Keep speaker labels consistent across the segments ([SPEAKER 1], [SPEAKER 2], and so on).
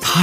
[SPEAKER 1] 他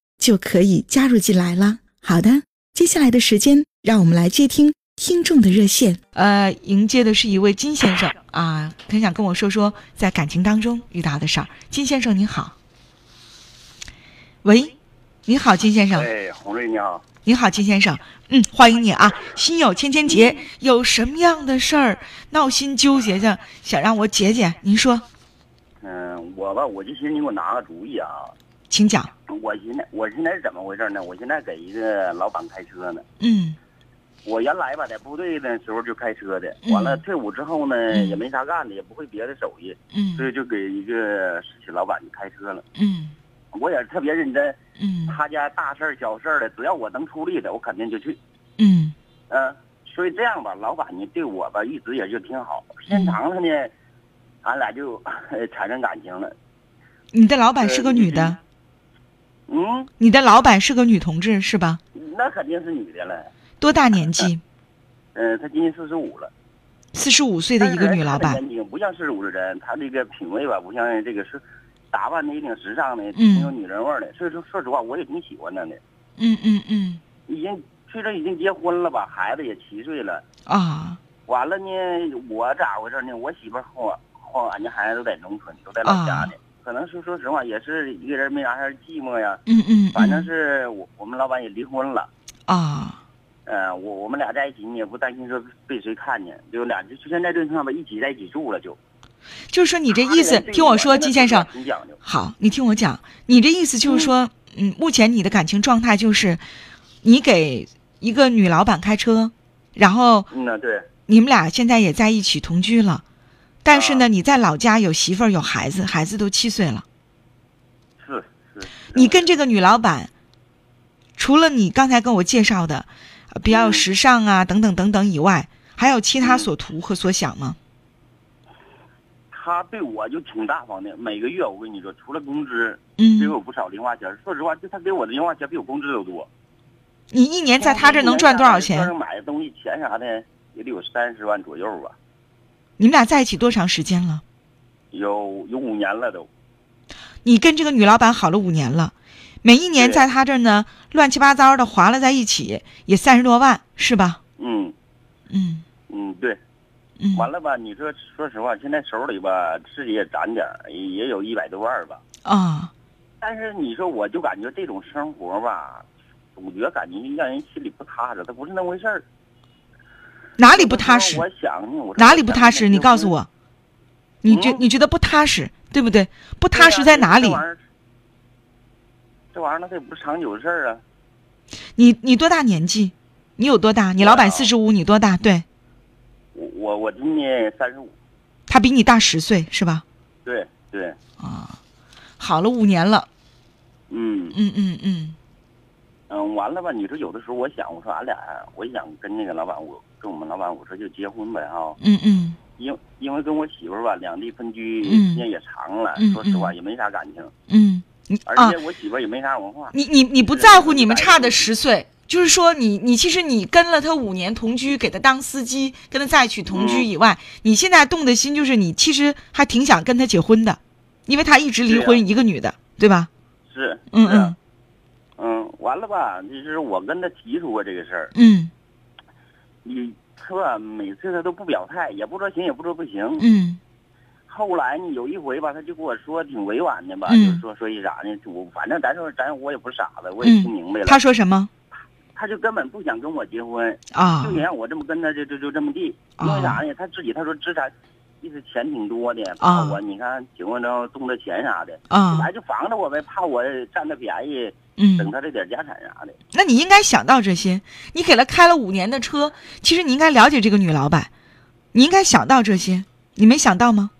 [SPEAKER 2] 就可以加入进来了。好的，接下来的时间，让我们来接听听众的热线。
[SPEAKER 3] 呃，迎接的是一位金先生啊，很想跟我说说在感情当中遇到的事儿。金先生您好，喂，你好，金先生，
[SPEAKER 4] 哎，洪瑞你好，
[SPEAKER 3] 你好，金先生，嗯，欢迎你啊！心有千千结，有什么样的事儿闹心纠结着，想让我解解？您说，
[SPEAKER 4] 嗯，我吧，我就寻思你给我拿个主意啊。
[SPEAKER 3] 请讲。
[SPEAKER 4] 我现在我现在是怎么回事呢？我现在给一个老板开车呢。
[SPEAKER 3] 嗯
[SPEAKER 4] 我原来吧，在部队的时候就开车的，
[SPEAKER 3] 嗯
[SPEAKER 4] 完了退伍之后呢，
[SPEAKER 3] 嗯
[SPEAKER 4] 也没啥干的，也不会别的手艺，所
[SPEAKER 3] 嗯
[SPEAKER 4] 以就给一个老板就开车了。
[SPEAKER 3] 嗯
[SPEAKER 4] 我也是特别认真，
[SPEAKER 3] 嗯
[SPEAKER 4] 他家大事儿、小事儿的，只要我能出力的，我肯定就去。
[SPEAKER 3] 嗯
[SPEAKER 4] 嗯、所以这样吧，老板呢对我吧一直也就挺好，时间长了呢，
[SPEAKER 3] 嗯
[SPEAKER 4] 俺俩就 产生感情了。
[SPEAKER 3] 你的老板是个女
[SPEAKER 4] 呃
[SPEAKER 3] 的，
[SPEAKER 4] 嗯，
[SPEAKER 3] 你的老板是个女同志是吧？
[SPEAKER 4] 那肯定是女的了。
[SPEAKER 3] 多大年纪？
[SPEAKER 4] 嗯，她今年四十五了，
[SPEAKER 3] 四十五岁的一个女老
[SPEAKER 4] 但
[SPEAKER 3] 板。
[SPEAKER 4] 是人家不像四十五的人，她这个品味吧，不像这个是打扮的也挺时尚的，挺有女人味儿的。所以说，说实话，我也挺喜欢她的。
[SPEAKER 3] 嗯嗯嗯
[SPEAKER 4] 已经虽然已经结婚了吧，孩子也七岁了，
[SPEAKER 3] 啊
[SPEAKER 4] 完了呢，我咋回事呢？我媳妇儿和我和俺家孩子都在农村，都在
[SPEAKER 3] 啊
[SPEAKER 4] 老家的。可能是说实话，也是一个人没啥事儿寂寞呀。
[SPEAKER 3] 嗯嗯，
[SPEAKER 4] 反正
[SPEAKER 3] 嗯
[SPEAKER 4] 是我我们老板也离婚了。
[SPEAKER 3] 啊
[SPEAKER 4] 呃，我我们俩在一起，你也不担心说被谁看见，就俩就现在这上面一起在一起住了就。
[SPEAKER 3] 就是说你这
[SPEAKER 4] 他
[SPEAKER 3] 意思
[SPEAKER 4] 人，对
[SPEAKER 3] 听我说，
[SPEAKER 4] 人
[SPEAKER 3] 金
[SPEAKER 4] 的
[SPEAKER 3] 先
[SPEAKER 4] 做
[SPEAKER 3] 生
[SPEAKER 4] 法，挺讲究。
[SPEAKER 3] 好，你听我讲，你这意思就是说，嗯，目前你的感情状态就是，你给一个女老板开车，然后
[SPEAKER 4] 嗯呐，对，
[SPEAKER 3] 你们俩现在也在一起同居了，但是
[SPEAKER 4] 啊
[SPEAKER 3] 呢，你在老家有媳妇儿有孩子，孩子都七岁了，
[SPEAKER 4] 是是。
[SPEAKER 3] 你跟这个女老板，除了你刚才跟我介绍的，呃比较
[SPEAKER 4] 嗯
[SPEAKER 3] 时尚啊等等等等以外，还有其他
[SPEAKER 4] 嗯
[SPEAKER 3] 所图和所想吗？
[SPEAKER 4] 他对我就挺大方的，每个月我跟你说，除了工资，给
[SPEAKER 3] 嗯，
[SPEAKER 4] 我不少零花钱。说实话，就他给我的零花钱比我工资都多。
[SPEAKER 3] 你哦一年在他这儿能赚多少
[SPEAKER 4] 要
[SPEAKER 3] 钱
[SPEAKER 4] 是？买的东西钱啥的，也得有三十万左右吧，
[SPEAKER 3] 你们俩在一起多长时间了？
[SPEAKER 4] 有有五年了都。
[SPEAKER 3] 你跟这个女老板好了五年了，每一年
[SPEAKER 4] 对
[SPEAKER 3] 在她这儿呢乱七八糟的划拉在一起，也三十多万是吧？
[SPEAKER 4] 嗯
[SPEAKER 3] 嗯
[SPEAKER 4] 嗯，对。
[SPEAKER 3] 嗯，
[SPEAKER 4] 完了吧？你说，说实话，现在手里吧，自己也攒点儿，也也有一百多万吧。
[SPEAKER 3] 啊、
[SPEAKER 4] 但是你说，我就感觉这种生活吧，总觉感觉让人心里不踏实，它不是那回事儿。
[SPEAKER 3] 哪里不踏实？
[SPEAKER 4] 我想呢，我说
[SPEAKER 3] 哪里不踏实？你告诉，我，你觉
[SPEAKER 4] 嗯
[SPEAKER 3] 你觉得不踏实，对不对？不
[SPEAKER 4] 我
[SPEAKER 3] 踏实在哪
[SPEAKER 4] 这
[SPEAKER 3] 里
[SPEAKER 4] 玩？意儿，这玩意儿那它也不是长久的事儿啊。
[SPEAKER 3] 你你多大年纪？你有多大？你老板四十五，你多大？对
[SPEAKER 4] 我我我今年三十五，
[SPEAKER 3] 他比你大十岁是吧？
[SPEAKER 4] 对对，
[SPEAKER 3] 啊，好了五年了，
[SPEAKER 4] 嗯
[SPEAKER 3] 嗯嗯嗯
[SPEAKER 4] 嗯，完了吧？你说有的时候我想，我说俺俩，我想跟那个老板，我跟我们老板，我说就结婚呗啊、
[SPEAKER 3] 嗯嗯
[SPEAKER 4] 因因为跟我媳妇儿吧，两地分居
[SPEAKER 3] 嗯
[SPEAKER 4] 时间也长了，
[SPEAKER 3] 嗯
[SPEAKER 4] 说实话
[SPEAKER 3] 嗯
[SPEAKER 4] 也没啥感情，
[SPEAKER 3] 嗯，你
[SPEAKER 4] 而
[SPEAKER 3] 啊，嗯
[SPEAKER 4] 且我媳妇儿也没啥文化。
[SPEAKER 3] 你你你不
[SPEAKER 4] 是
[SPEAKER 3] 在乎你们
[SPEAKER 4] 白
[SPEAKER 3] 差的
[SPEAKER 4] 富
[SPEAKER 3] 十岁，就是说你你其实你跟了他五年同居，给他当司机，跟他在一起同居
[SPEAKER 4] 嗯
[SPEAKER 3] 以外，你现在动的心就是你其实还挺想跟他结婚的，因为他一直离
[SPEAKER 4] 对呀
[SPEAKER 3] 婚，一个女的，对吧？
[SPEAKER 4] 是，
[SPEAKER 3] 嗯
[SPEAKER 4] 是啊
[SPEAKER 3] 嗯
[SPEAKER 4] 嗯，完了吧？就是我跟他提出过这个事儿，
[SPEAKER 3] 嗯
[SPEAKER 4] 你他吧每次他都不表态，也不知道行，也不知道不行。
[SPEAKER 3] 嗯
[SPEAKER 4] 后来呢，有一回吧，他就跟我说挺委婉的吧，
[SPEAKER 3] 嗯
[SPEAKER 4] 就说说一啥呢？我反正咱说咱我也不是傻子，我也
[SPEAKER 3] 嗯
[SPEAKER 4] 听明白了。
[SPEAKER 3] 他说什么
[SPEAKER 4] 他就根本不想跟我结婚，
[SPEAKER 3] 啊
[SPEAKER 4] 就？想让我这么跟他就就就这么地。
[SPEAKER 3] 啊
[SPEAKER 4] 因为啥呢？他自己他说资产，意思钱挺多的，
[SPEAKER 3] 啊
[SPEAKER 4] 怕我你看结婚之后动这钱啥的，
[SPEAKER 3] 啊
[SPEAKER 4] 本，来就防着我呗，怕我占他便宜，整
[SPEAKER 3] 嗯，
[SPEAKER 4] 他这点家产啥的。
[SPEAKER 3] 那你应该想到这些。你给了开了五年的车，其实你应该了解这个女老板，你应该想到这些，你没想到吗？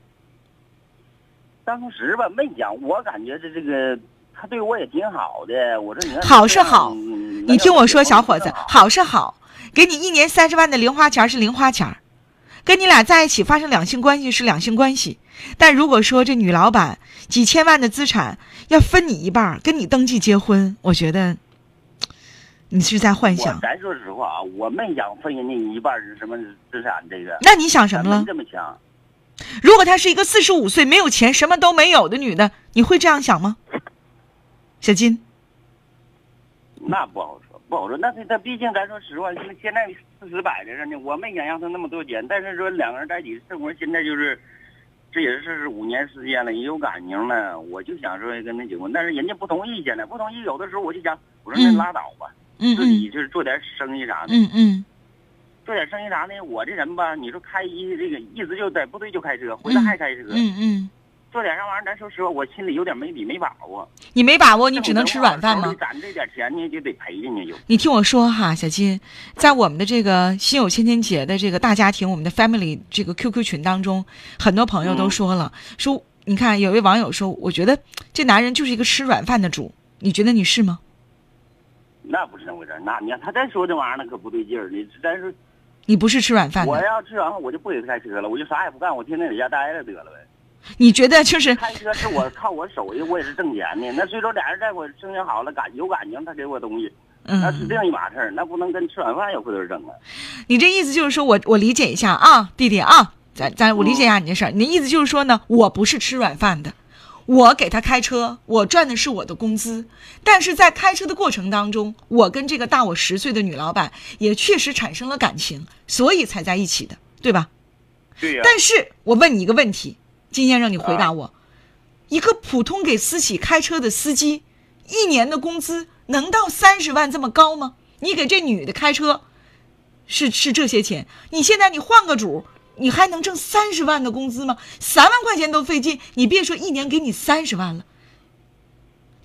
[SPEAKER 4] 当时吧没讲，我感觉这这个他对我也挺好的。我说你看
[SPEAKER 3] 好是好你
[SPEAKER 4] 你
[SPEAKER 3] 听我说，小伙子，
[SPEAKER 4] 好，
[SPEAKER 3] 好是好，给你一年三十万的零花钱是零花钱儿，跟你俩在一起发生两性关系是两性关系。但如果说这女老板几千万的资产要分你一半儿，跟你登记结婚，我觉得你是在幻
[SPEAKER 4] 我
[SPEAKER 3] 想。
[SPEAKER 4] 咱说实话啊，我没想分人家一半儿什么资产这个。
[SPEAKER 3] 那你想什
[SPEAKER 4] 咱
[SPEAKER 3] 么了
[SPEAKER 4] 没？这么强，
[SPEAKER 3] 如果她是一个四十五岁没有钱什么都没有的女的，你会这样想吗？小金，
[SPEAKER 4] 那不好说，不好说。那他他毕竟咱说实话，就是现在事实摆在这呢，我没想让他那么多钱，但是说两个人在一起生活，现在就是。这也是五年时间了，也有感情
[SPEAKER 3] 嗯
[SPEAKER 4] 了，我就想说跟他结婚，但是人家不同意，现在不同意，有的时候我就想，我说那
[SPEAKER 3] 嗯
[SPEAKER 4] 拉倒吧，
[SPEAKER 3] 嗯
[SPEAKER 4] 自己
[SPEAKER 3] 嗯
[SPEAKER 4] 就是做点生意啥的，
[SPEAKER 3] 嗯嗯
[SPEAKER 4] 做点生意啥呢？我这人吧，你说开一这个意思就在部队就开车，回来
[SPEAKER 3] 嗯
[SPEAKER 4] 还开车，
[SPEAKER 3] 嗯嗯，
[SPEAKER 4] 做点啥玩意儿？咱说实话，我心里有点没底没把握。
[SPEAKER 3] 你没把握，你只能吃软饭
[SPEAKER 4] 手
[SPEAKER 3] 吗
[SPEAKER 4] 里？攒这点钱呢，就得赔人家就。
[SPEAKER 3] 你听我说哈，小金，在我们的这个“心有千千结”的这个大家庭，我们的 family 这个 QQ 群当中，很多朋友都说了，
[SPEAKER 4] 嗯
[SPEAKER 3] 说你看有位网友说，我觉得这男人就是一个吃软饭的主，你觉得你是吗？
[SPEAKER 4] 那不是那回事儿那你看他再说这玩意儿，那可不对劲儿。你但是
[SPEAKER 3] 你不是吃软饭
[SPEAKER 4] 我
[SPEAKER 3] 的，
[SPEAKER 4] 要吃完饭，我就不给他开车了，我就啥也不干，我天天在家待着得了呗。
[SPEAKER 3] 你觉得就是
[SPEAKER 4] 开车是我靠我手艺，我也是挣钱的。那虽说俩人在我生情好了，感有感情，他给我东西，那是
[SPEAKER 3] 嗯，
[SPEAKER 4] 另一码事儿，那不能跟吃软饭有回头整啊。
[SPEAKER 3] 你这意思就是说我我理解一下啊，弟弟啊，咱咱我理解一下你这事儿，你的意思就是说呢，我不是吃软饭的。我给他开车，我赚的是我的工资，但是在开车的过程当中，我跟这个大我十岁的女老板也确实产生了感情，所以才在一起的，对吧？
[SPEAKER 4] 对呀、
[SPEAKER 3] 嗯但是我问你一个问题，今天让你回答我：一个普通给私企开车的司机，一年的工资能到三十万这么高吗？你给这女的开车，是是这些钱，你现在你换个主，你还能挣三十万的工资吗？三万块钱都费劲，你别说一年给你三十万了。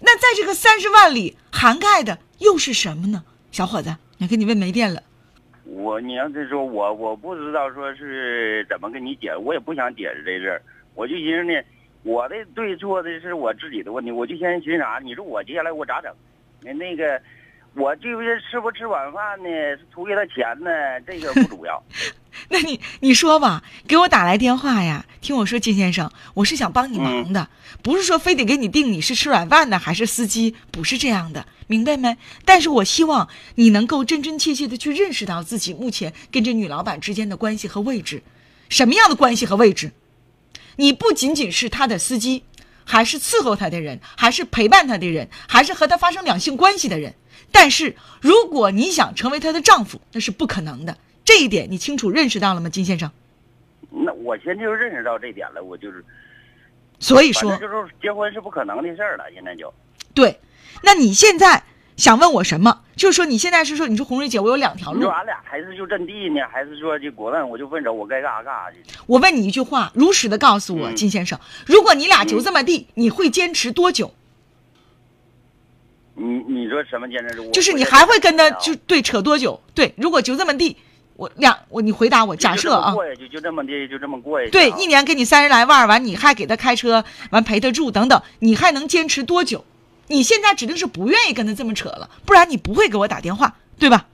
[SPEAKER 3] 那在这个三十万里涵盖的又是什么呢？小伙子，你给你问没电了。
[SPEAKER 4] 我你要是说我我不知道说是怎么跟你解释，我也不想解释这事儿，我就寻思呢，我的对错的是我自己的问题，我就先寻思啥，你说我接下来我咋整？那那个，我这不是吃不吃晚饭呢？是图给他钱呢？这个不主 要。
[SPEAKER 3] 那你你说吧，给我打来电话呀！听我说，金先生，我是想帮你忙的，不是说非得给你定你是吃软饭的还是司机，不是这样的，明白没？但是我希望你能够真真切切的去认识到自己目前跟这女老板之间的关系和位置，什么样的关系和位置？你不仅仅是她的司机，还是伺候她的人，还是陪伴她的人，还是和她发生两性关系的人。但是如果你想成为她的丈夫，那是不可能的。这一点你清楚认识到了吗，金先生？
[SPEAKER 4] 那我先就认识到这点了，我就是，
[SPEAKER 3] 所以
[SPEAKER 4] 反
[SPEAKER 3] 说
[SPEAKER 4] 正，就是结婚是不可能的事儿了，现在就。
[SPEAKER 3] 对，那你现在想问我什么？就是说你现在是说，你说红瑞姐，我有两条
[SPEAKER 4] 你说
[SPEAKER 3] 路。
[SPEAKER 4] 俺俩还是就阵地呢，还是说就果断我就分手，我该干啥干啥去？
[SPEAKER 3] 我问你一句话，如实的告诉我，
[SPEAKER 4] 嗯
[SPEAKER 3] 金先生，如果你俩就这么地，你会坚持多久？
[SPEAKER 4] 你你说什么坚持？我哦
[SPEAKER 3] 就是
[SPEAKER 4] 我
[SPEAKER 3] 你
[SPEAKER 4] 现
[SPEAKER 3] 还
[SPEAKER 4] 在
[SPEAKER 3] 会跟他
[SPEAKER 4] 想
[SPEAKER 3] 就对扯多久？对，如果就这么地，我两我你回答我，假
[SPEAKER 4] 就
[SPEAKER 3] 设
[SPEAKER 4] 这么
[SPEAKER 3] 啊，
[SPEAKER 4] 过下去就这么地，就这么过下去啊。
[SPEAKER 3] 对，一年给你三十来万儿，完你还给他开车，完陪他住等等，你还能坚持多久？你现在指定是不愿意跟他这么扯了，不然你不会给我打电话，对吧？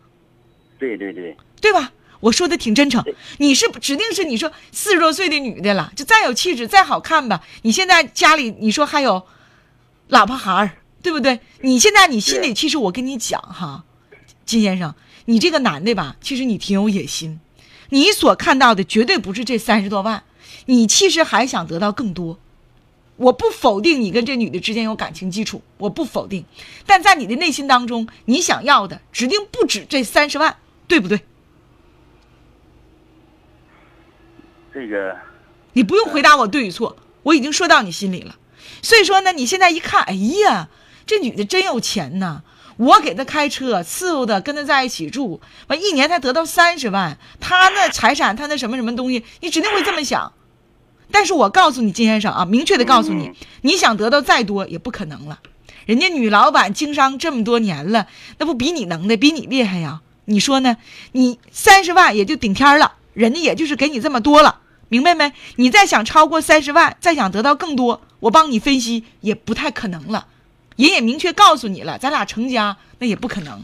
[SPEAKER 4] 对对对，
[SPEAKER 3] 对吧？我说的挺真诚，你是指定是你说四十多岁的女的了，就再有气质再好看吧，你现在家里你说还有喇叭孩儿，对不对？你现在你心里
[SPEAKER 4] 对
[SPEAKER 3] 其实我跟你讲哈，金先生，你这个男的吧，其实你挺有野心，你所看到的绝对不是这三十多万，你其实还想得到更多。我不否定你跟这女的之间有感情基础，我不否定，但在你的内心当中，你想要的指定不止这三十万，对不对？
[SPEAKER 4] 这个
[SPEAKER 3] 你不用回答我对与错，我已经说到你心里了。所以说呢，你现在一看，哎呀，这女的真有钱呐！我给她开车，伺候她，跟她在一起住，完一年才得到三十万，她那财产，她那什么什么东西，你指定会这么想。但是我告诉你，金先生啊，明确的告诉你
[SPEAKER 4] 嗯，
[SPEAKER 3] 你想得到再多也不可能了。人家女老板经商这么多年了，那不比你能的，比你厉害呀？你说呢？你三十万也就顶天儿了，人家也就是给你这么多了，明白没？你再想超过三十万，再想得到更多，我帮你分析也不太可能了。人也明确告诉你了，咱俩成家那也不可能，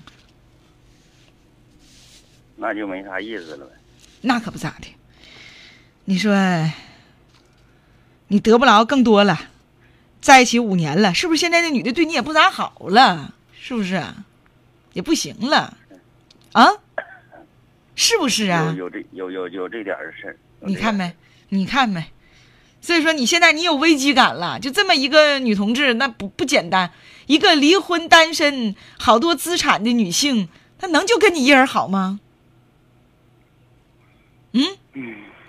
[SPEAKER 4] 那就没啥意思了呗。
[SPEAKER 3] 那可不咋的。你说，你得不着更多了，在一起五年了，是不是？现在那女的对你也不咋好了，是不是？也不行了，啊？是不是啊？
[SPEAKER 4] 有有这有有有这点儿事儿。有
[SPEAKER 3] 你
[SPEAKER 4] 这
[SPEAKER 3] 看
[SPEAKER 4] 点儿
[SPEAKER 3] 没？你看没？所以说你现在你有危机感了，就这么一个女同志，那不不简单。一个离婚单身、好多资产的女性，她能就跟你一人好吗？嗯，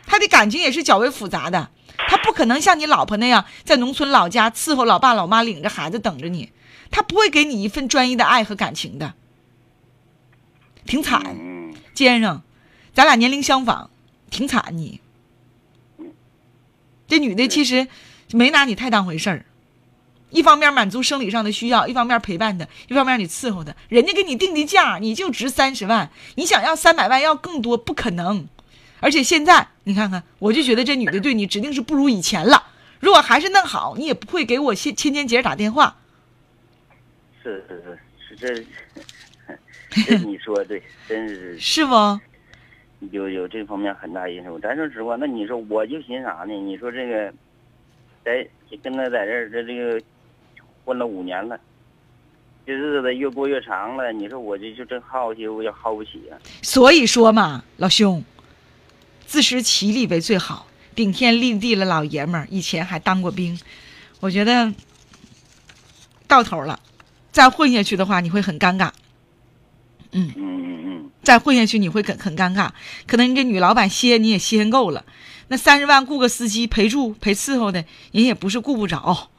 [SPEAKER 3] 她的感情也是较为复杂的，她不可能像你老婆那样在农村老家伺候老爸老妈，领着孩子等着你，她不会给你一份专一的爱和感情的，挺惨。
[SPEAKER 4] 嗯，
[SPEAKER 3] 先生，咱俩年龄相仿，挺惨你。这女的其实没拿你太当回事儿，一方面满足生理上的需要，一方面陪伴她，一方面你伺候她。人家给你定的价，你就值三十万，你想要三百万，要更多不可能。而且现在你看看，我就觉得这女的对你指定是不如以前了。如果还是弄好，你也不会给我千千千姐打电话。
[SPEAKER 4] 是是是是这这你说对，真是
[SPEAKER 3] 是不？
[SPEAKER 4] 有有这方面很大因素。咱说实话，那你说我就寻啥呢？你说这个，在跟他在这儿这这个混了五年了，这日子越过越长了。你说我这就真耗气，我也耗不起啊。
[SPEAKER 3] 所以说嘛，老兄，自食其力为最好。顶天立地了老爷们儿，以前还当过兵，我觉得到头了。再混下去的话，你会很尴尬。
[SPEAKER 4] 嗯嗯
[SPEAKER 3] 再混下去你会很很尴尬，可能人家女老板歇你也歇够了，那三十万雇个司机陪住陪伺候的人也不是顾不着，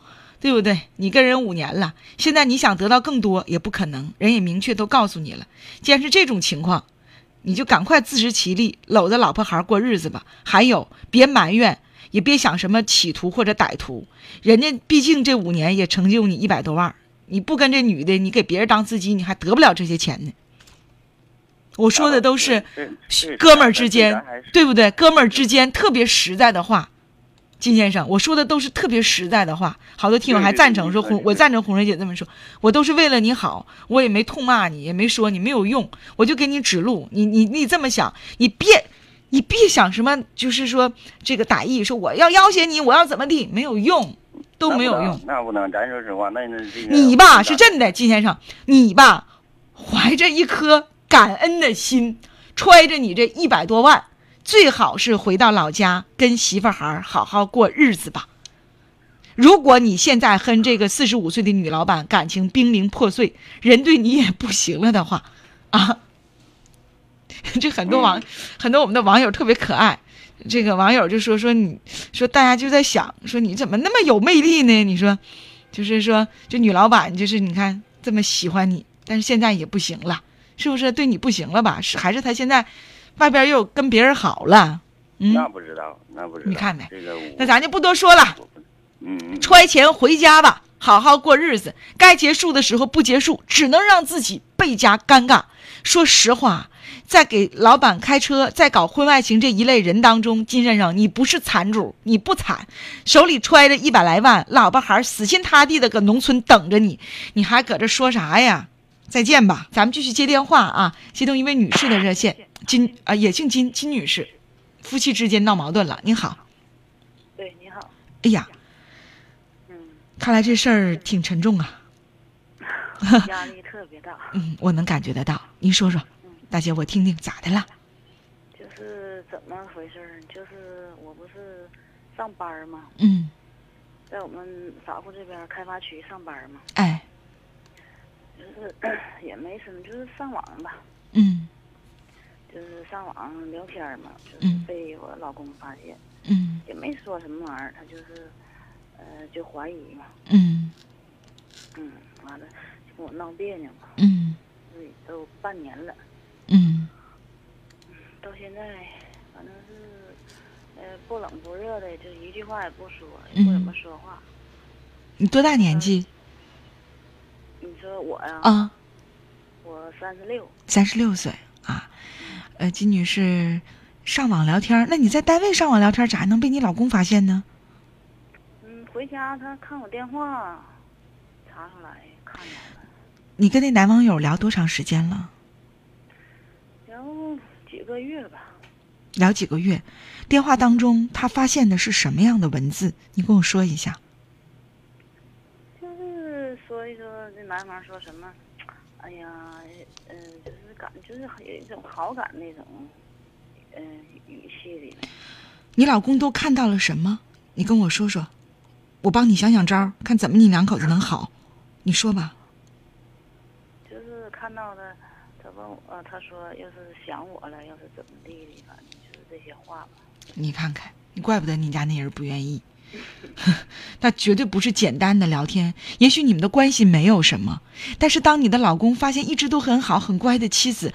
[SPEAKER 3] 对不对？你跟人五年了，现在你想得到更多也不可能，人也明确都告诉你了。既然是这种情况，你就赶快自食其力，搂着老婆孩儿过日子吧。还有，别埋怨，也别想什么企图或者歹徒，人家毕竟这五年也成就你一百多万儿，你不跟这女的，你给别人当司机，你还得不了这些钱呢。我
[SPEAKER 4] 嗯，
[SPEAKER 3] 说的都是
[SPEAKER 4] 这这
[SPEAKER 3] 哥们儿之
[SPEAKER 4] 咱
[SPEAKER 3] 间
[SPEAKER 4] 还是，嗯
[SPEAKER 3] 对不对？哥们儿之间特别实在的话，金先生，我说的都是特别实在的话。好多听友
[SPEAKER 4] 对
[SPEAKER 3] 还
[SPEAKER 4] 对
[SPEAKER 3] 赞
[SPEAKER 4] 对
[SPEAKER 3] 成
[SPEAKER 4] 对
[SPEAKER 3] 说
[SPEAKER 4] 对
[SPEAKER 3] 红，
[SPEAKER 4] 对
[SPEAKER 3] 我赞成红瑞姐这么说，我都是为了你好，我也没痛骂你，也没说你没有用，我就给你指路。你你你这么想，你别。你别想什么，就是说这个打意，说我要要挟你，我要怎么地，没有用，都
[SPEAKER 4] 那
[SPEAKER 3] 没
[SPEAKER 4] 不
[SPEAKER 3] 有
[SPEAKER 4] 能
[SPEAKER 3] 用。
[SPEAKER 4] 那不能，咱说实话，那那这个
[SPEAKER 3] 你吧是
[SPEAKER 4] 这
[SPEAKER 3] 真的，金先生，你吧怀着一颗感恩的心，揣着你这一百多万，最好是回到老家跟媳妇儿孩儿好好过日子吧。如果你现在跟这个四十五岁的女老板感情濒临破碎，人对你也不行了的话，啊， 这很
[SPEAKER 4] 嗯
[SPEAKER 3] 多网、很多我们的网友特别可爱。这个网友就说说你说大家就在想说你怎么那么有魅力呢？你说，就是说这女老板就是你看这么喜欢你，但是现在也不行了，是不是对你不行了吧？是还是她现在外边又跟别人好了？嗯，
[SPEAKER 4] 那不知道，那不知道。
[SPEAKER 3] 你看没
[SPEAKER 4] 这个我
[SPEAKER 3] 那咱就啊不多说了。
[SPEAKER 4] 我不嗯嗯。
[SPEAKER 3] 揣钱回家吧，好好过日子。该结束的时候不结束，只能让自己倍加尴尬。说实话，在给老板开车、在搞婚外情这一类人当中，金先生，你不是惨主，你不惨，手里揣着一百来万，老婆孩儿死心塌地的搁农村等着你，你还搁这说啥呀？再见吧，咱们继续接电话啊，接通一位女士的热线，金啊、也姓金，金女士，夫妻之间闹矛盾了。您好，
[SPEAKER 5] 对，你好，
[SPEAKER 3] 哎呀，
[SPEAKER 5] 嗯，
[SPEAKER 3] 看来这事儿挺沉重啊。
[SPEAKER 5] 压力特别大，
[SPEAKER 3] 嗯，我能感觉得到。您说说，大姐，我听听咋的了？
[SPEAKER 5] 就是怎么回事儿？就是我不是上班儿嘛，
[SPEAKER 3] 嗯，
[SPEAKER 5] 在我们闸户这边儿开发区上班儿嘛，
[SPEAKER 3] 哎，
[SPEAKER 5] 就是 也没什么，就是上网吧，
[SPEAKER 3] 嗯
[SPEAKER 5] 就是上网聊天儿嘛，就
[SPEAKER 3] 嗯
[SPEAKER 5] 是被我老公发现，
[SPEAKER 3] 嗯嗯
[SPEAKER 6] 也没说什么玩意儿，他就是，呃，就怀疑嘛，
[SPEAKER 3] 嗯
[SPEAKER 6] 嗯，完了就跟我闹别扭嘛，
[SPEAKER 3] 嗯
[SPEAKER 6] 对，都半年了，
[SPEAKER 3] 嗯
[SPEAKER 6] 到现在反正是，呃，不冷不热的，就一句话也不说，也不怎么说话。
[SPEAKER 3] 你多大年纪
[SPEAKER 6] 你说我呀、哦
[SPEAKER 3] 啊？
[SPEAKER 6] 我三十六，
[SPEAKER 3] 三十六岁啊。呃，金女士上网聊天儿，那你在单位上网聊天儿，咋还能被你老公发现呢？
[SPEAKER 6] 嗯，回家他看我电话，查出来看见了，
[SPEAKER 3] 你跟那男网友聊多长时间了？
[SPEAKER 6] 然后几个月吧，
[SPEAKER 3] 聊几个月？电话当中他发现的是什么样的文字？你跟我说一下。
[SPEAKER 6] 就是说一说这男方说什么，哎呀，嗯、呃，就是感就是有一种好感那种，嗯、语气里面，
[SPEAKER 3] 你老公都看到了什么？你跟我说说，我帮你想想招儿，看怎么你两口子能好。你说吧。
[SPEAKER 6] 就是看到的，他问我，呃他说要是想我了，要是怎么地的，反正就是这些话吧。
[SPEAKER 3] 你看看，你怪不得你家那人不愿意， 那绝对不是简单的聊天。也许你们的关系没有什么，但是当你的老公发现一直都很好、很乖的妻子，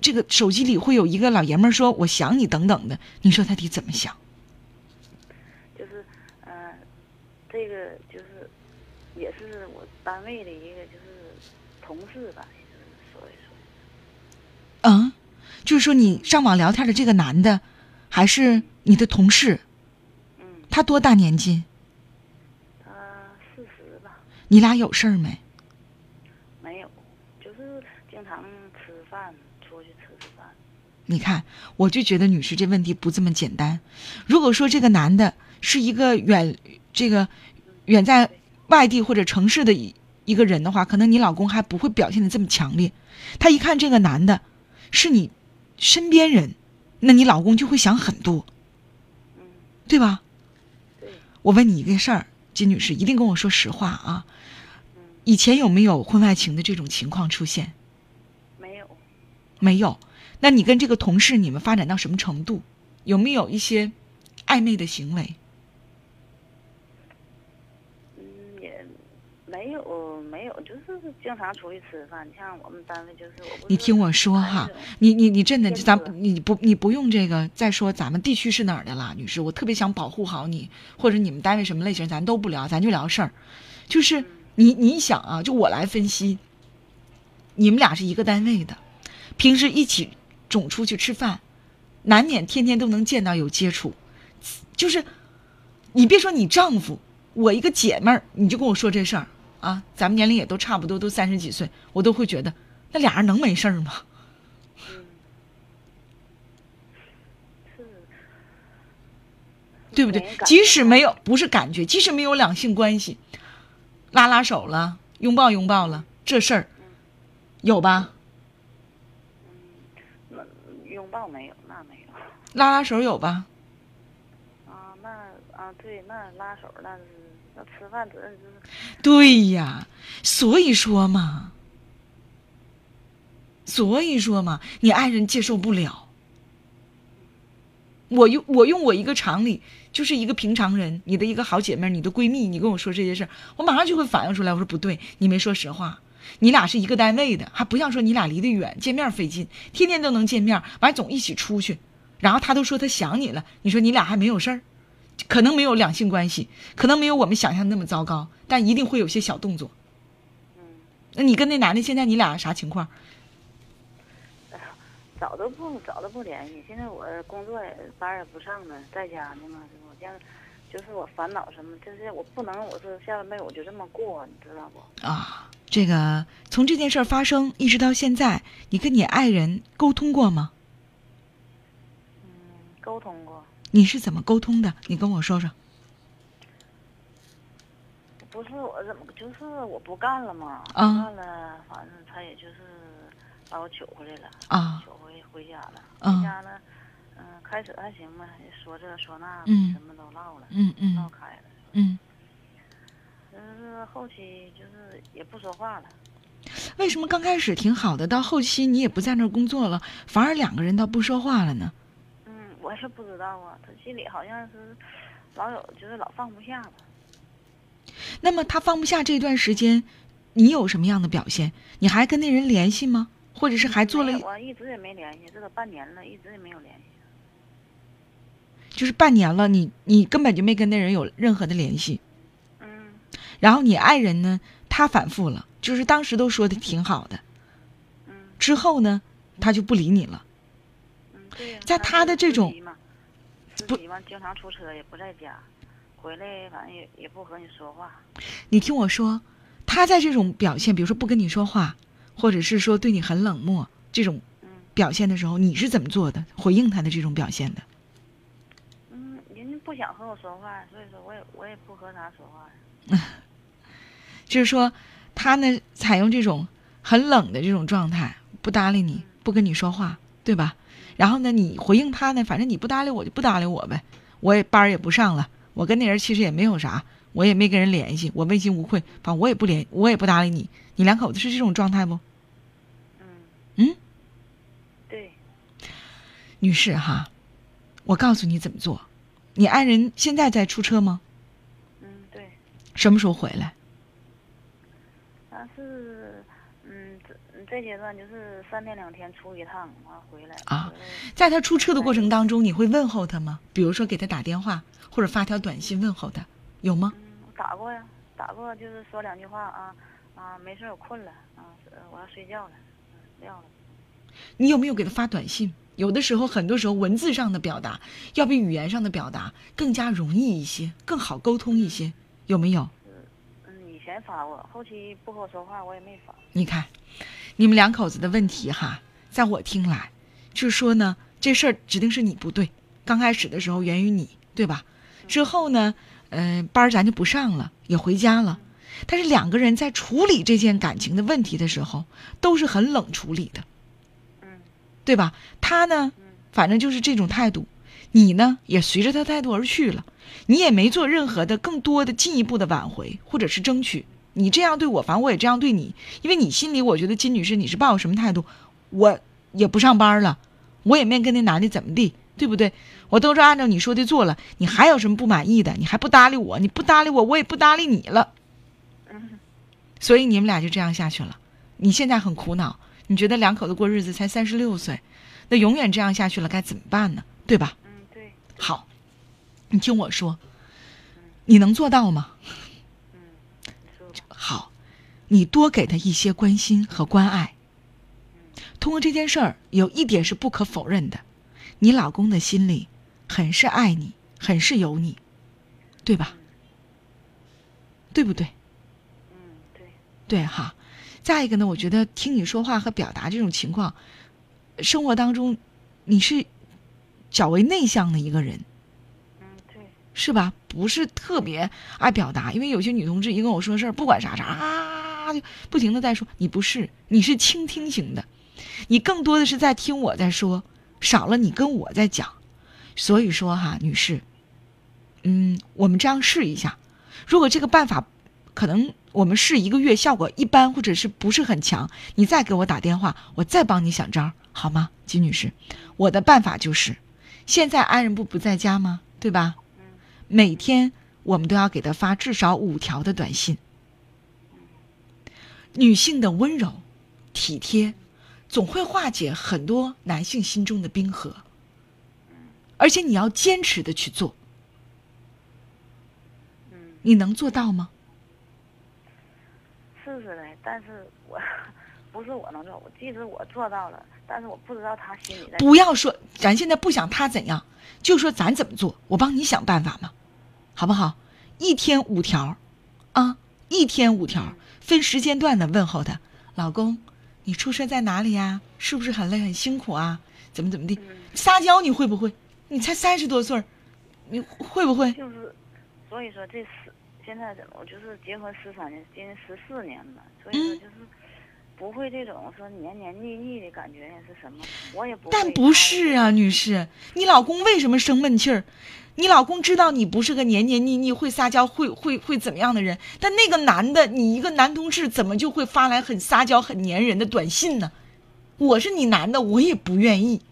[SPEAKER 3] 这个手机里会有一个老爷们儿说“我想你”等等的，你说他得怎么想？
[SPEAKER 6] 就是，嗯、呃，这个就是，也是我单位的一个就是同事吧，也就是说一说，
[SPEAKER 3] 嗯，就是说你上网聊天的这个男的，还是你的同事，
[SPEAKER 6] 嗯，
[SPEAKER 3] 他多大年纪？
[SPEAKER 6] 他四十吧，
[SPEAKER 3] 你俩有事儿没？
[SPEAKER 6] 没有，就是经常吃饭，出去吃吃饭，
[SPEAKER 3] 你看，我就觉得女士这问题不这么简单。如果说这个男的是一个远这个远在外地或者城市的一一个人的话，可能你老公还不会表现的这么强烈。他一看这个男的是你身边人，那你老公就会想很多，
[SPEAKER 6] 嗯，
[SPEAKER 3] 对吧？
[SPEAKER 6] 对，
[SPEAKER 3] 我问你一个事儿，金女士一定跟我说实话啊。
[SPEAKER 6] 嗯，
[SPEAKER 3] 以前有没有婚外情的这种情况出现？
[SPEAKER 6] 没有，
[SPEAKER 3] 没有。那你跟这个同事你们发展到什么程度？有没有一些暧昧的行为？
[SPEAKER 6] 嗯，也没有没有，就是经常出去吃饭，像我们单位就是我不
[SPEAKER 3] 你
[SPEAKER 6] 是
[SPEAKER 3] 听我说哈
[SPEAKER 6] 那种，
[SPEAKER 3] 你你你真的，
[SPEAKER 6] 先
[SPEAKER 3] 咱
[SPEAKER 6] 说
[SPEAKER 3] 你不你不用这个再说咱们地区是哪儿的啦，女士，我特别想保护好你，或者你们单位什么类型，咱都不聊，咱就聊事儿。就是你你想啊，就我来分析，你们俩是一个单位的，平时一起总出去吃饭，难免天天都能见到有接触，就是你别说你丈夫，我一个姐妹儿，你就跟我说这事儿啊，咱们年龄也都差不多，都三十几岁，我都会觉得那俩人能没事儿吗？
[SPEAKER 6] 嗯，是，
[SPEAKER 3] 对不对
[SPEAKER 6] 没人？敢
[SPEAKER 3] 即使没有，不是感觉，即使没有两性关系，拉拉手了，拥抱拥抱了，这事儿有吧？
[SPEAKER 6] 那拥抱没有，那没有。
[SPEAKER 3] 拉拉手有吧？
[SPEAKER 6] 啊，那啊，对，那拉手那是那吃饭责任就是，
[SPEAKER 3] 对呀，所以说嘛，所以说嘛，你爱人接受不了。我用我用我一个常理，就是一个平常人，你的一个好姐妹，你的闺蜜，你跟我说这些事儿，我马上就会反应出来，我说不对，你没说实话。你俩是一个单位的，还不像说你俩离得远，见面费劲，天天都能见面，完总一起出去，然后他都说他想你了，你说你俩还没有事儿，可能没有两性关系，可能没有我们想象那么糟糕，但一定会有些小动作。
[SPEAKER 6] 嗯，
[SPEAKER 3] 那你跟那男的现在你俩啥情况？
[SPEAKER 6] 早都不早都不联系。现在我工作也班儿也不上了，在家呢嘛。我现在就是我烦恼什么，就是我不能，我是下半辈子我就这么过，你知道不？
[SPEAKER 3] 啊，这个从这件事儿发生一直到现在，你跟你爱人沟通过吗？
[SPEAKER 6] 嗯，沟通过，
[SPEAKER 3] 你是怎么沟通的？你跟我说说。
[SPEAKER 6] 不是我怎么就是我不干了嘛？不
[SPEAKER 3] 啊
[SPEAKER 6] 干了，反正他也就是把我取回来了。
[SPEAKER 3] 啊
[SPEAKER 6] 就回回家了。
[SPEAKER 3] 嗯
[SPEAKER 6] 回家了，嗯、开始还行吧，说这说那的，
[SPEAKER 3] 嗯
[SPEAKER 6] 什么都唠了，
[SPEAKER 3] 嗯嗯
[SPEAKER 6] 唠开了。
[SPEAKER 3] 嗯，
[SPEAKER 6] 就是后期就是也不说话了，
[SPEAKER 3] 为什么刚开始挺好的，到后期你也不在那儿工作了，反而两个人倒不说话了呢？
[SPEAKER 6] 嗯，我也不知道啊，他心里好像是老有就是老放不下吧。
[SPEAKER 3] 那么他放不下这段时间，你有什么样的表现？你还跟那人联系吗？或者是还做了
[SPEAKER 6] 没
[SPEAKER 3] 一
[SPEAKER 6] 有啊，一直也没联系，这都半年了，一直也没有联系。
[SPEAKER 3] 就是半年了，你你根本就没跟那人有任何的联系。
[SPEAKER 6] 嗯，
[SPEAKER 3] 然后你爱人呢，他反复了，就是当时都说的挺好的，
[SPEAKER 6] 嗯
[SPEAKER 3] 之后呢，他就不理你了。
[SPEAKER 6] 嗯，对呀、
[SPEAKER 3] 在他的这种
[SPEAKER 6] 司机嘛，
[SPEAKER 3] 不
[SPEAKER 6] 司机嘛，经常出车也不在家，回来反正也也不和你说话。
[SPEAKER 3] 你听我说，他在这种表现，比如说不跟你说话，或者是说对你很冷漠这种
[SPEAKER 6] 嗯
[SPEAKER 3] 表现的时候，你是怎么做的？回应他的这种表现的？
[SPEAKER 6] 嗯，人家不想和我说话，所以说我也我也不和他说话。
[SPEAKER 3] 就是说，他呢采用这种很冷的这种状态，不搭理你，不跟你说话，对吧？然后呢，你回应他呢，反正你不搭理我就不搭理我呗，我也班儿也不上了，我跟那人其实也没有啥，我也没跟人联系，我问心无愧，反正我也不联，我也不搭理你，你两口子是这种状态不？
[SPEAKER 6] 嗯
[SPEAKER 3] 嗯，
[SPEAKER 6] 对，
[SPEAKER 3] 女士哈，我告诉你怎么做，你爱人现在在出车吗？
[SPEAKER 6] 嗯对，
[SPEAKER 3] 什么时候回来？
[SPEAKER 6] 他是嗯这这阶段就是三天两天出一趟，完回来
[SPEAKER 3] 啊
[SPEAKER 6] 回来
[SPEAKER 3] 在他出车的过程当中，你会问候他吗？比如说给他打电话或者发条短信问候他，有吗？
[SPEAKER 6] 嗯，我打过呀，打过就是说两句话啊啊，没事儿，我困了啊，呃我要睡觉了，嗯，撂了。
[SPEAKER 3] 你有没有给他发短信？有的时候，很多时候文字上的表达要比语言上的表达更加容易一些，更好沟通一些，有没有？
[SPEAKER 6] 嗯，以前发过，后期不和我说话，我也没发。
[SPEAKER 3] 你看，你们两口子的问题哈，在我听来，就是说呢，这事儿指定是你不对。刚开始的时候源于你，对吧？之后呢，呃，班儿咱就不上了，也回家了。但是两个人在处理这件感情的问题的时候，都是很冷处理的，
[SPEAKER 6] 嗯
[SPEAKER 3] 对吧？他呢，
[SPEAKER 6] 嗯
[SPEAKER 3] 反正就是这种态度。你呢，也随着他态度而去了，你也没做任何的更多的进一步的挽回或者是争取。你这样对我，反正我也这样对你，因为你心里我觉得金女士你是抱有什么态度，我也不上班了，我也没跟那男的怎么地，对不对？我都是按照你说的做了，你还有什么不满意的？你还不搭理我，你不搭理我，我也不搭理你了。
[SPEAKER 6] 嗯，
[SPEAKER 3] 所以你们俩就这样下去了。你现在很苦恼，你觉得两口子过日子才三十六岁，那永远这样下去了该怎么办呢？对吧？
[SPEAKER 6] 嗯，对，
[SPEAKER 3] 好，你听我说，你能做到吗？
[SPEAKER 6] 嗯，你说吧，
[SPEAKER 3] 好，你多给他一些关心和关爱。通过这件事儿，有一点是不可否认的，你老公的心里很是爱你，很是有你，对吧？对不对？
[SPEAKER 6] 嗯，对，
[SPEAKER 3] 对哈。再一个呢，我觉得听你说话和表达这种情况，生活当中你是较为内向的一个人，
[SPEAKER 6] 嗯对，
[SPEAKER 3] 是吧？不是特别爱表达，因为有些女同志一跟我说事儿，不管啥啥啊，就不停的在说。你不是，你是倾听型的，你更多的是在听我在说，少了你跟我在讲。所以说哈，女士，嗯，我们这样试一下，如果这个办法可能我们试一个月效果一般，或者是不是很强，你再给我打电话，我再帮你想招儿，好吗，金女士？我的办法就是，现在安仁部不在家吗？对吧？
[SPEAKER 6] 嗯
[SPEAKER 3] 每天我们都要给他发至少五条的短信。女性的温柔、体贴，总会化解很多男性心中的冰河，而且你要坚持的去做，
[SPEAKER 6] 嗯，
[SPEAKER 3] 你能做到吗？
[SPEAKER 6] 试试呗。但是我不是我能做，我即使我做到了，但是我不知道他心里在。
[SPEAKER 3] 不要说咱现在不想他怎样，就说咱怎么做，我帮你想办法嘛，好不好？一天五条，啊，一天五条，分时间段的问候他，老公，你出差在哪里呀？是不是很累很辛苦啊？怎么怎么地？
[SPEAKER 6] 嗯，
[SPEAKER 3] 撒娇你会不会？你才三十多岁儿，你会不会？
[SPEAKER 6] 就是，所以说这十现在怎么，我就是结婚十三年，今年十四年了，所以说
[SPEAKER 3] 嗯
[SPEAKER 6] 就是。不会这种说黏黏腻腻的感觉是什么？我也不会。
[SPEAKER 3] 但不是啊，女士，你老公为什么生闷气儿？你老公知道你不是个黏黏腻腻、会撒娇、会会会怎么样的人，但那个男的，你一个男同志怎么就会发来很撒娇、很粘人的短信呢？我是你男的，我也不愿意。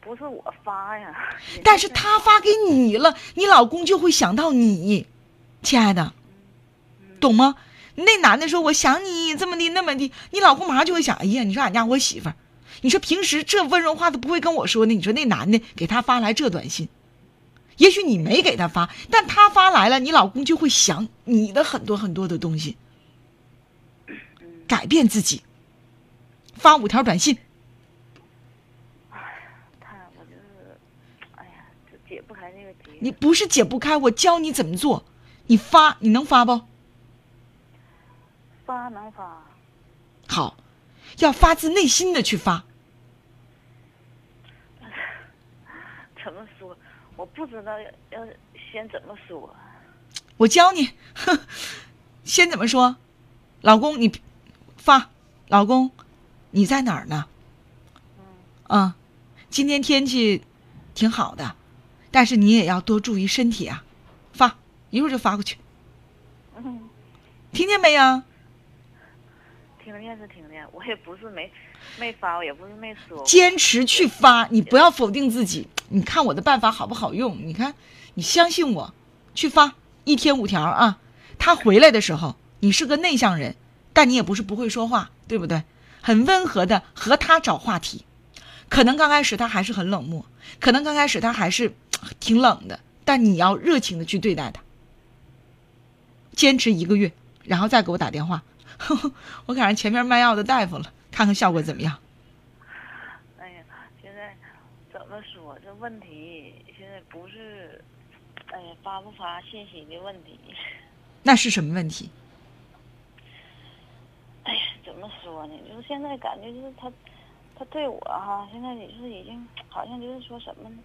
[SPEAKER 5] 不是我发呀，
[SPEAKER 3] 但是他发给你了，你老公就会想到你，亲爱的，懂吗？那男的说我想你这么的那么的，你老公马上就会想，哎呀，你说俺家我媳妇儿，你说平时这温柔话都不会跟我说呢，你说那男的给他发来这短信，也许你没给他发，但他发来了，你老公就会想你的很多很多的东西，改变自己，发五条短信，
[SPEAKER 5] 他我就是，哎呀，就解不开这个结。
[SPEAKER 3] 你不是解不开，我教你怎么做，你发你能发不？
[SPEAKER 5] 发能发，
[SPEAKER 3] 好，要发自内心的去发。
[SPEAKER 5] 怎么说？我不知道要要先怎么 说。
[SPEAKER 3] 我教你，哼，先怎么说？老公，你发，老公，你在哪儿呢？啊，今天天气挺好的，但是你也要多注意身体啊。发，一会儿就发过去，
[SPEAKER 5] 嗯，
[SPEAKER 3] 听见没有？
[SPEAKER 5] 听见是听见，我也不是没没发，我也不是没说。
[SPEAKER 3] 坚持去发，你不要否定自己。你看我的办法好不好用？你看，你相信我，去发，一天五条啊。他回来的时候，你是个内向人，但你也不是不会说话，对不对？很温和的和他找话题，可能刚开始他还是很冷漠，可能刚开始他还是挺冷的，但你要热情的去对待他。坚持一个月，然后再给我打电话。 我赶上前面卖药的大夫了，看看效果怎么样。
[SPEAKER 5] 哎呀，现在怎么说？这问题现在不是，哎呀，发不发信息的问题。
[SPEAKER 3] 那是什么问题？
[SPEAKER 5] 哎呀，怎么说呢？就是现在感觉就是他，他对我哈，现在也是已经好像就是说什么呢？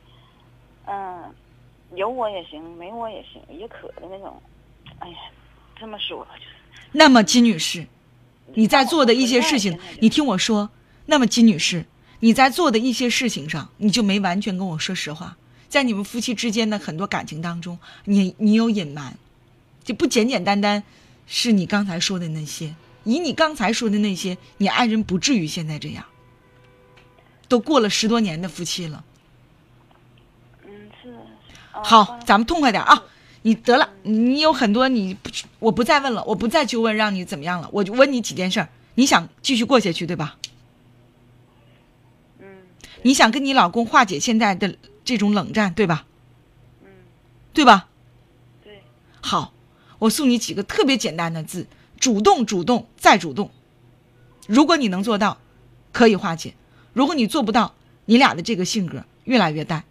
[SPEAKER 5] 嗯，有我也行，没我也行，也可的那种。哎呀，这么说吧就是。
[SPEAKER 3] 那么金女士，你在做的一些事情，你听我说。那么金女士，你在做的一些事情上，你就没完全跟我说实话。在你们夫妻之间的很多感情当中，你你有隐瞒，就不简简单单是你刚才说的那些。以你刚才说的那些，你爱人不至于现在这样。都过了十多年的夫妻了，
[SPEAKER 5] 嗯，是。啊
[SPEAKER 3] 哦好，咱们痛快点啊！你得了，你有很多你不，我不再问了，我不再去问让你怎么样了，我就问你几件事儿。你想继续过下去，对吧？
[SPEAKER 5] 嗯
[SPEAKER 3] 你想跟你老公化解现在的这种冷战，对吧？
[SPEAKER 5] 嗯，
[SPEAKER 3] 对吧？
[SPEAKER 5] 对，
[SPEAKER 3] 好，我送你几个特别简单的字：主动、主动再主动。如果你能做到，可以化解；如果你做不到，你俩的这个性格越来越淡。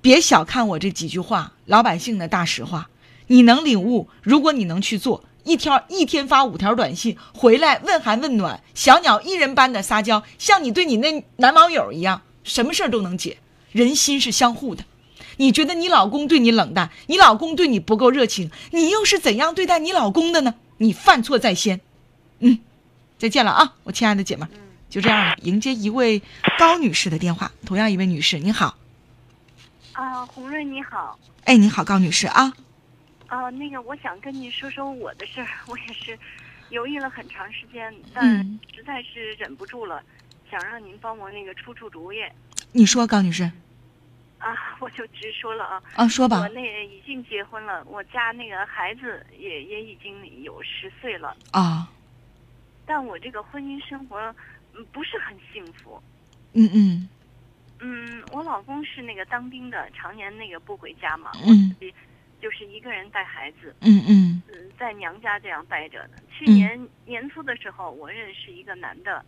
[SPEAKER 3] 别小看我这几句话，老百姓的大实话，你能领悟，如果你能去做。一条一天发五条短信回来，问寒问暖，小鸟依人般的撒娇，像你对你那男网友一样，什么事儿都能解。人心是相互的，你觉得你老公对你冷淡，你老公对你不够热情，你又是怎样对待你老公的呢？你犯错在先，嗯，再见了啊，我亲爱的姐们儿，就这样迎接一位高女士的电话，同样一位女士，你好，
[SPEAKER 6] 啊，红瑞你好，
[SPEAKER 3] 哎，你好，高女士啊，
[SPEAKER 6] 啊，那个我想跟您说说我的事儿，我也是犹豫了很长时间，但
[SPEAKER 3] 嗯
[SPEAKER 6] 实在是忍不住了，想让您帮我那个出出主意
[SPEAKER 3] 你说高女士
[SPEAKER 6] 啊，我就直说了啊，
[SPEAKER 3] 啊，说吧
[SPEAKER 6] 我，那个已经结婚了，我家那个孩子也也已经有十岁了，
[SPEAKER 3] 啊，
[SPEAKER 6] 但我这个婚姻生活嗯不是很幸福。
[SPEAKER 3] 嗯嗯
[SPEAKER 6] 嗯，我老公是那个当兵的，常年那个不回家嘛，
[SPEAKER 3] 嗯
[SPEAKER 6] 就是一个人带孩子。
[SPEAKER 3] 嗯嗯
[SPEAKER 6] 嗯，在娘家这样待着的。去
[SPEAKER 3] 嗯
[SPEAKER 6] 年年初的时候，我认识一个男的，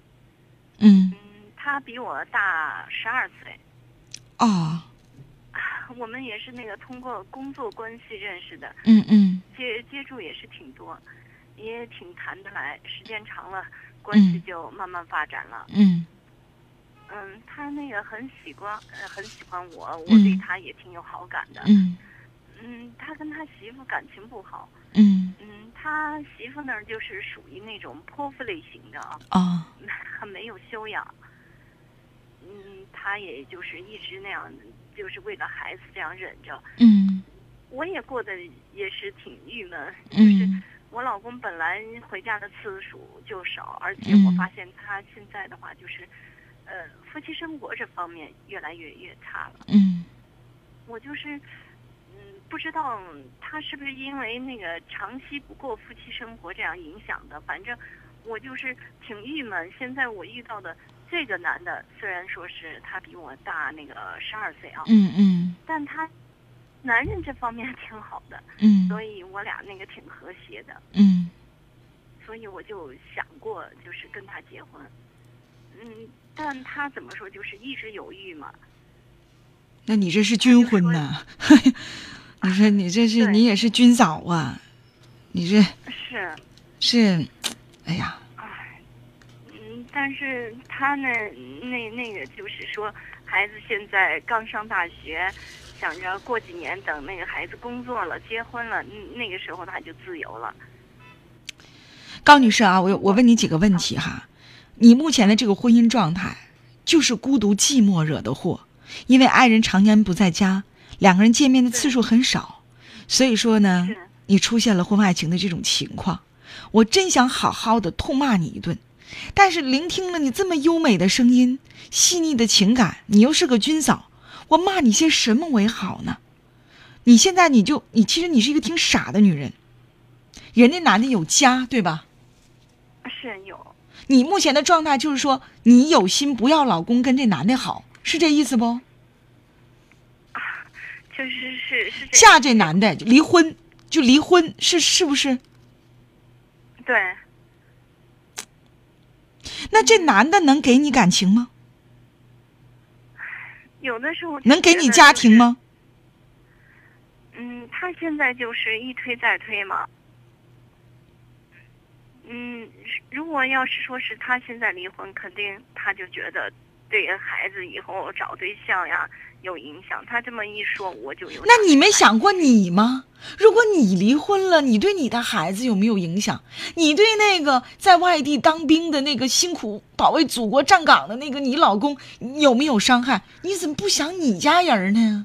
[SPEAKER 3] 嗯
[SPEAKER 6] 嗯，他比我大十二岁，
[SPEAKER 3] 啊，
[SPEAKER 6] 我们也是那个通过工作关系认识的，
[SPEAKER 3] 嗯嗯
[SPEAKER 6] 接接触也是挺多，也挺谈得来。时间长了，关系就慢慢发展了。
[SPEAKER 3] 嗯
[SPEAKER 6] 嗯，他那个很喜欢，呃，很喜欢我，我
[SPEAKER 3] 嗯
[SPEAKER 6] 对他也挺有好感的。
[SPEAKER 3] 嗯
[SPEAKER 6] 嗯，他跟他媳妇感情不好，
[SPEAKER 3] 嗯
[SPEAKER 6] 嗯，他媳妇那儿就是属于那种泼妇类型的啊。
[SPEAKER 3] 啊，
[SPEAKER 6] 很没有修养。嗯，他也就是一直那样，就是为了孩子这样忍着。
[SPEAKER 3] 嗯
[SPEAKER 6] 我也过得也是挺郁闷，就是
[SPEAKER 3] 嗯
[SPEAKER 6] 我老公本来回家的次数就少，而且
[SPEAKER 3] 嗯
[SPEAKER 6] 我发现他现在的话就是，呃夫妻生活这方面越来越越差了。
[SPEAKER 3] 嗯
[SPEAKER 6] 我就是嗯不知道他是不是因为那个长期不过夫妻生活这样影响的，反正我就是挺郁闷。现在我遇到的这个男的，虽然说是他比我大那个十二岁啊，
[SPEAKER 3] 嗯嗯
[SPEAKER 6] 但他男人这方面挺好的，
[SPEAKER 3] 嗯
[SPEAKER 6] 所以我俩那个挺和谐的。
[SPEAKER 3] 嗯
[SPEAKER 6] 所以我就想过，就是跟他结婚。嗯，但他怎么说，就是一直犹豫嘛。
[SPEAKER 3] 那你这是军婚呐、哎 你说哎你这是
[SPEAKER 6] 对
[SPEAKER 3] 你也是军嫂啊？你这
[SPEAKER 6] 是，
[SPEAKER 3] 是，哎呀，
[SPEAKER 6] 唉，嗯，但是他呢，那那个就是说，孩子现在刚上大学，想着过几年等那个孩子工作了、结婚了，嗯那个时候他就自由了。
[SPEAKER 3] 高女士啊，我我问你几个问题哈。你目前的这个婚姻状态，就是孤独寂寞惹的祸，因为爱人常年不在家，两个人见面的次数很少，所以说呢
[SPEAKER 6] 是，
[SPEAKER 3] 你出现了婚外情的这种情况。我真想好好的痛骂你一顿，但是聆听了你这么优美的声音、细腻的情感，你又是个军嫂，我骂你些什么为好呢？你现在你就你其实你是一个挺傻的女人，人家男的有家，对吧？
[SPEAKER 6] 是有，
[SPEAKER 3] 你目前的状态就是说，你有心不要老公跟这男的好，是这意思不？
[SPEAKER 6] 确实是是这样。
[SPEAKER 3] 嫁这男的离婚就离婚，是是不是？
[SPEAKER 6] 对，
[SPEAKER 3] 那这男的能给你感情吗？
[SPEAKER 6] 有的时候就
[SPEAKER 3] 能给
[SPEAKER 6] 觉
[SPEAKER 3] 你
[SPEAKER 6] 得
[SPEAKER 3] 家
[SPEAKER 6] 就
[SPEAKER 3] 庭
[SPEAKER 6] 是
[SPEAKER 3] 吗？
[SPEAKER 6] 嗯，他现在就是一推再推嘛。嗯，如果要是说是他现在离婚，肯定他就觉得对孩子以后找对象呀有影响。他这么一说，我就有。
[SPEAKER 3] 那你没？想过你吗？如果你离婚了，你对你的孩子有没有影响？你对那个在外地当兵的那个辛苦保卫祖国站岗的那个你老公有没有伤害？你怎么不想你家人呢？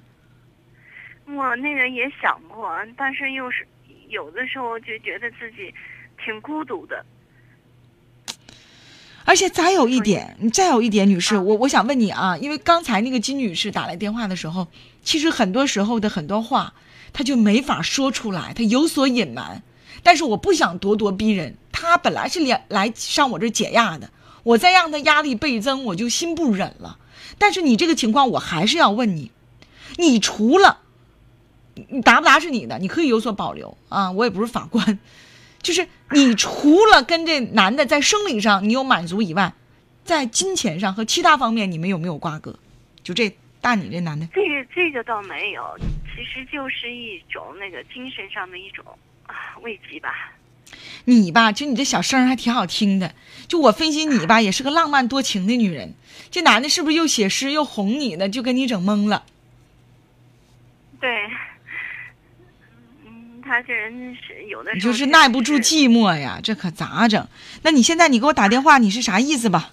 [SPEAKER 6] 我那个也想过，但是又是有的时候就觉得自己挺孤独的。
[SPEAKER 3] 而且再有一
[SPEAKER 6] 所以
[SPEAKER 3] 点，你再有一点，女士，
[SPEAKER 6] 啊
[SPEAKER 3] 我我想问你啊，因为刚才那个金女士打来电话的时候，其实很多时候的很多话，她就没法说出来，她有所隐瞒。但是我不想咄咄逼人，她本来是来来上我这儿解压的，我再让她压力倍增，我就心不忍了。但是你这个情况，我还是要问你，你除了你答不答是你的，你可以有所保留啊，我也不是法官。就是你除了跟这男的在生理上你有满足以外，在金钱上和其他方面你们有没有瓜葛？就这大你这男的，
[SPEAKER 6] 这个这个倒没有，其实就是一种那个精神上的一种啊慰藉吧。
[SPEAKER 3] 你吧，就你这小声儿还挺好听的。就我分析你吧，也是个浪漫多情的女人。这男的是不是又写诗又哄你呢？就给你整懵了。
[SPEAKER 6] 对，嗯，他这人是有的
[SPEAKER 3] 你
[SPEAKER 6] 时候
[SPEAKER 3] 就是耐不住
[SPEAKER 6] 气。
[SPEAKER 3] 寂寞呀，这可咋整？那你现在你给我打电话，你是啥意思吧？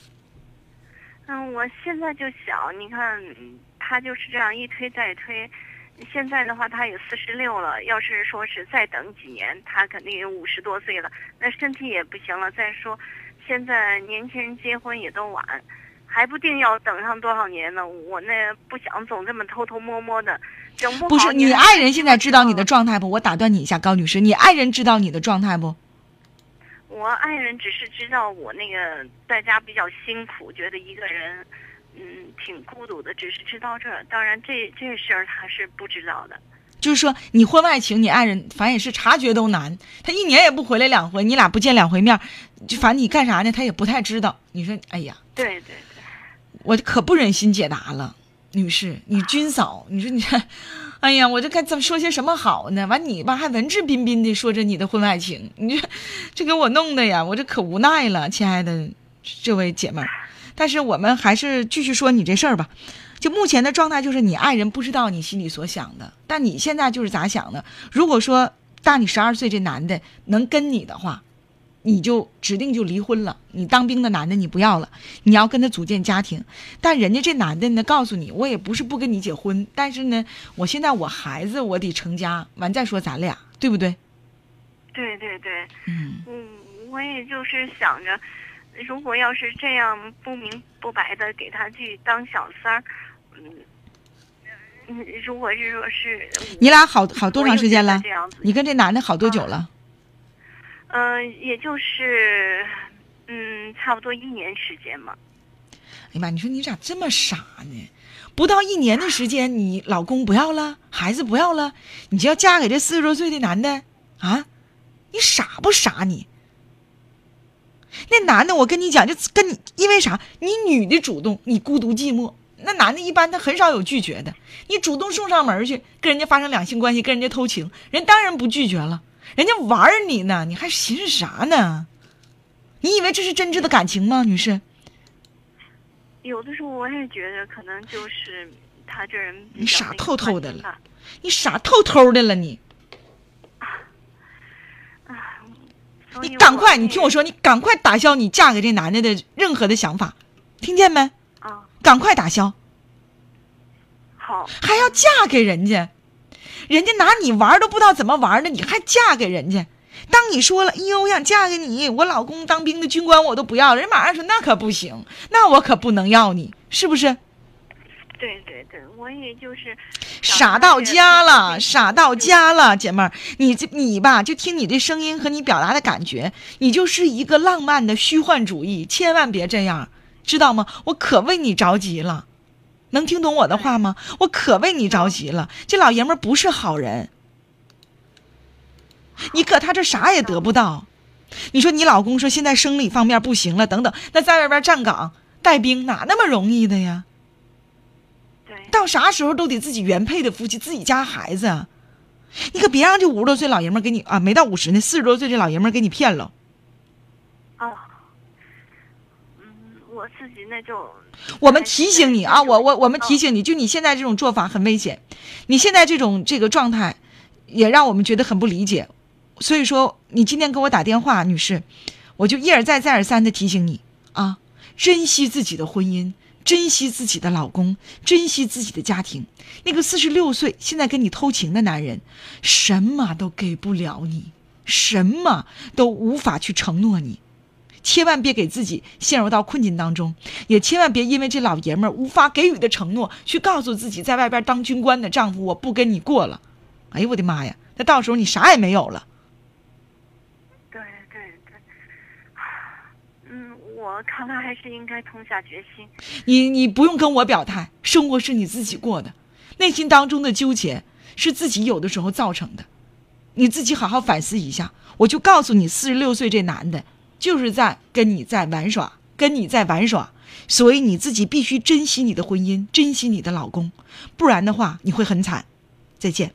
[SPEAKER 6] 嗯，我现在就想，你看嗯他就是这样一推再推，现在的话他也四十六了，要是说是再等几年，他肯定五十多岁了，那身体也不行了。再说，现在年轻人结婚也都晚。还不定要等上多少年呢？我那不想总这么偷偷摸摸的，整不
[SPEAKER 3] 不
[SPEAKER 6] 好
[SPEAKER 3] 是，
[SPEAKER 6] 年
[SPEAKER 3] 你
[SPEAKER 6] 龄
[SPEAKER 3] 爱人现在知道你
[SPEAKER 6] 到
[SPEAKER 3] 的
[SPEAKER 6] 了
[SPEAKER 3] 状态不？我打断你一下，高女士，你爱人知道你的状态不？
[SPEAKER 6] 我爱人只是知道我那个在家比较辛苦，觉得一个人，嗯，挺孤独的，只是知道这儿。当然这这事儿他是不知道的。
[SPEAKER 3] 就是说你婚外情，你爱人反正也是察觉都难，他一年也不回来两回，你俩不见两回面儿，就反正你干啥呢，他也不太知道。你说，哎呀，
[SPEAKER 6] 对对对，
[SPEAKER 3] 我可不忍心解答了，女士，你军嫂，你说你 这，哎呀，我这该怎么说些什么好呢？完你吧，还文质彬彬的说着你的婚外情，你这这给我弄的呀，我这可无奈了，亲爱的这位姐妹儿。但是我们还是继续说你这事儿吧。就目前的状态，就是你爱人不知道你心里所想的，但你现在就是咋想的？如果说大你十二岁这男的能跟你的话，你就指定就离婚了。你当兵的男的你不要了，你要跟他组建家庭。但人家这男的呢，告诉你，我也不是不跟你结婚，但是呢，我现在我孩子我得成家，完再说咱俩，对不对？
[SPEAKER 6] 对对对，
[SPEAKER 3] 嗯，
[SPEAKER 6] 嗯，我也就是想着，如果要是这样不明不白的给他去当小三儿，嗯，嗯，如果是说是嗯
[SPEAKER 3] 你俩好好多长时间
[SPEAKER 6] 我
[SPEAKER 3] 了
[SPEAKER 6] 也觉得这？样子
[SPEAKER 3] 你跟这男的好多久了？
[SPEAKER 6] 嗯、也就是嗯，差不多一年时间嘛。
[SPEAKER 3] 哎呀妈，你说你咋这么傻呢？不到一年的时间，你老公不要了，孩子不要了，你就要嫁给这四十多岁的男的啊？你傻不傻你？那男的，我跟你讲，就跟你因为啥？你女的主动，你孤独寂寞。那男的一般他很少有拒绝的，你主动送上门去跟人家发生两性关系，跟人家偷情，人当然不拒绝了，人家玩儿你呢，你还寻思啥呢？你以为这是真挚的感情吗，女士？
[SPEAKER 6] 有的时候我也觉得可能就是他这人比较
[SPEAKER 3] 你傻
[SPEAKER 6] 那个
[SPEAKER 3] 透透
[SPEAKER 6] 专
[SPEAKER 3] 的
[SPEAKER 6] 情
[SPEAKER 3] 了
[SPEAKER 6] 吧
[SPEAKER 3] 你傻透透的了你，
[SPEAKER 6] 所
[SPEAKER 3] 你
[SPEAKER 6] 以
[SPEAKER 3] 赶快，你
[SPEAKER 6] 这
[SPEAKER 3] 听我说，你赶快打消你嫁给这男的的任何的想法，听见没？
[SPEAKER 6] 啊，
[SPEAKER 3] 赶快打消，
[SPEAKER 6] 好，
[SPEAKER 3] 还要嫁给人家，人家拿你玩儿都不知道怎么玩儿的，你还嫁给人家。当你说了，哎呦，我想嫁给你，我老公当兵的军官我都不要，人马上说那可不行，那我可不能要你，是不是？
[SPEAKER 6] 对对对，我也就是
[SPEAKER 3] 傻到家了，傻到
[SPEAKER 6] 家。
[SPEAKER 3] 家了，姐妹儿，你这你吧，就听你这声音和你表达的感觉，你就是一个浪漫的虚幻主义，千万别这样，知道吗？我可为你着急了，能听懂我的话吗？我可为你着急了，这老爷们儿不是好人，你搁他这啥也得不到。你说你老公说现在生理方面不行了，等等，那在外边站岗带兵哪那么容易的呀？
[SPEAKER 6] 对，
[SPEAKER 3] 到啥时候都得自己原配的夫妻，自己家孩子啊，你可别让这五十多岁老爷们儿给你啊，没到五十呢，四十多岁这老爷们儿给你骗了。
[SPEAKER 6] 啊，嗯，我自己那就
[SPEAKER 3] 我们提醒你啊，
[SPEAKER 6] 哎是的
[SPEAKER 3] 我我我们
[SPEAKER 6] 嗯
[SPEAKER 3] 提醒你，就你现在这种做法很危险，你现在这种这个状态，也让我们觉得很不理解。所以说，你今天给我打电话，女士，我就一而再再而三的提醒你啊，珍惜自己的婚姻，珍惜自己的老公，珍惜自己的家庭。那个四十六岁现在跟你偷情的男人，什么都给不了你，什么都无法去承诺你。千万别给自己陷入到困境当中，也千万别因为这老爷们儿无法给予的承诺，去告诉自己在外边当军官的丈夫我不跟你过了。哎呦我的妈呀，那到时候你啥也没有了。
[SPEAKER 6] 对对对， 嗯，我看来还是应该痛下决心。
[SPEAKER 3] 你你不用跟我表态，生活是你自己过的，内心当中的纠结是自己有的时候造成的，你自己好好反思一下。我就告诉你，四十六岁这男的就是在跟你在玩耍，跟你在玩耍，所以你自己必须珍惜你的婚姻，珍惜你的老公，不然的话你会很惨。再见。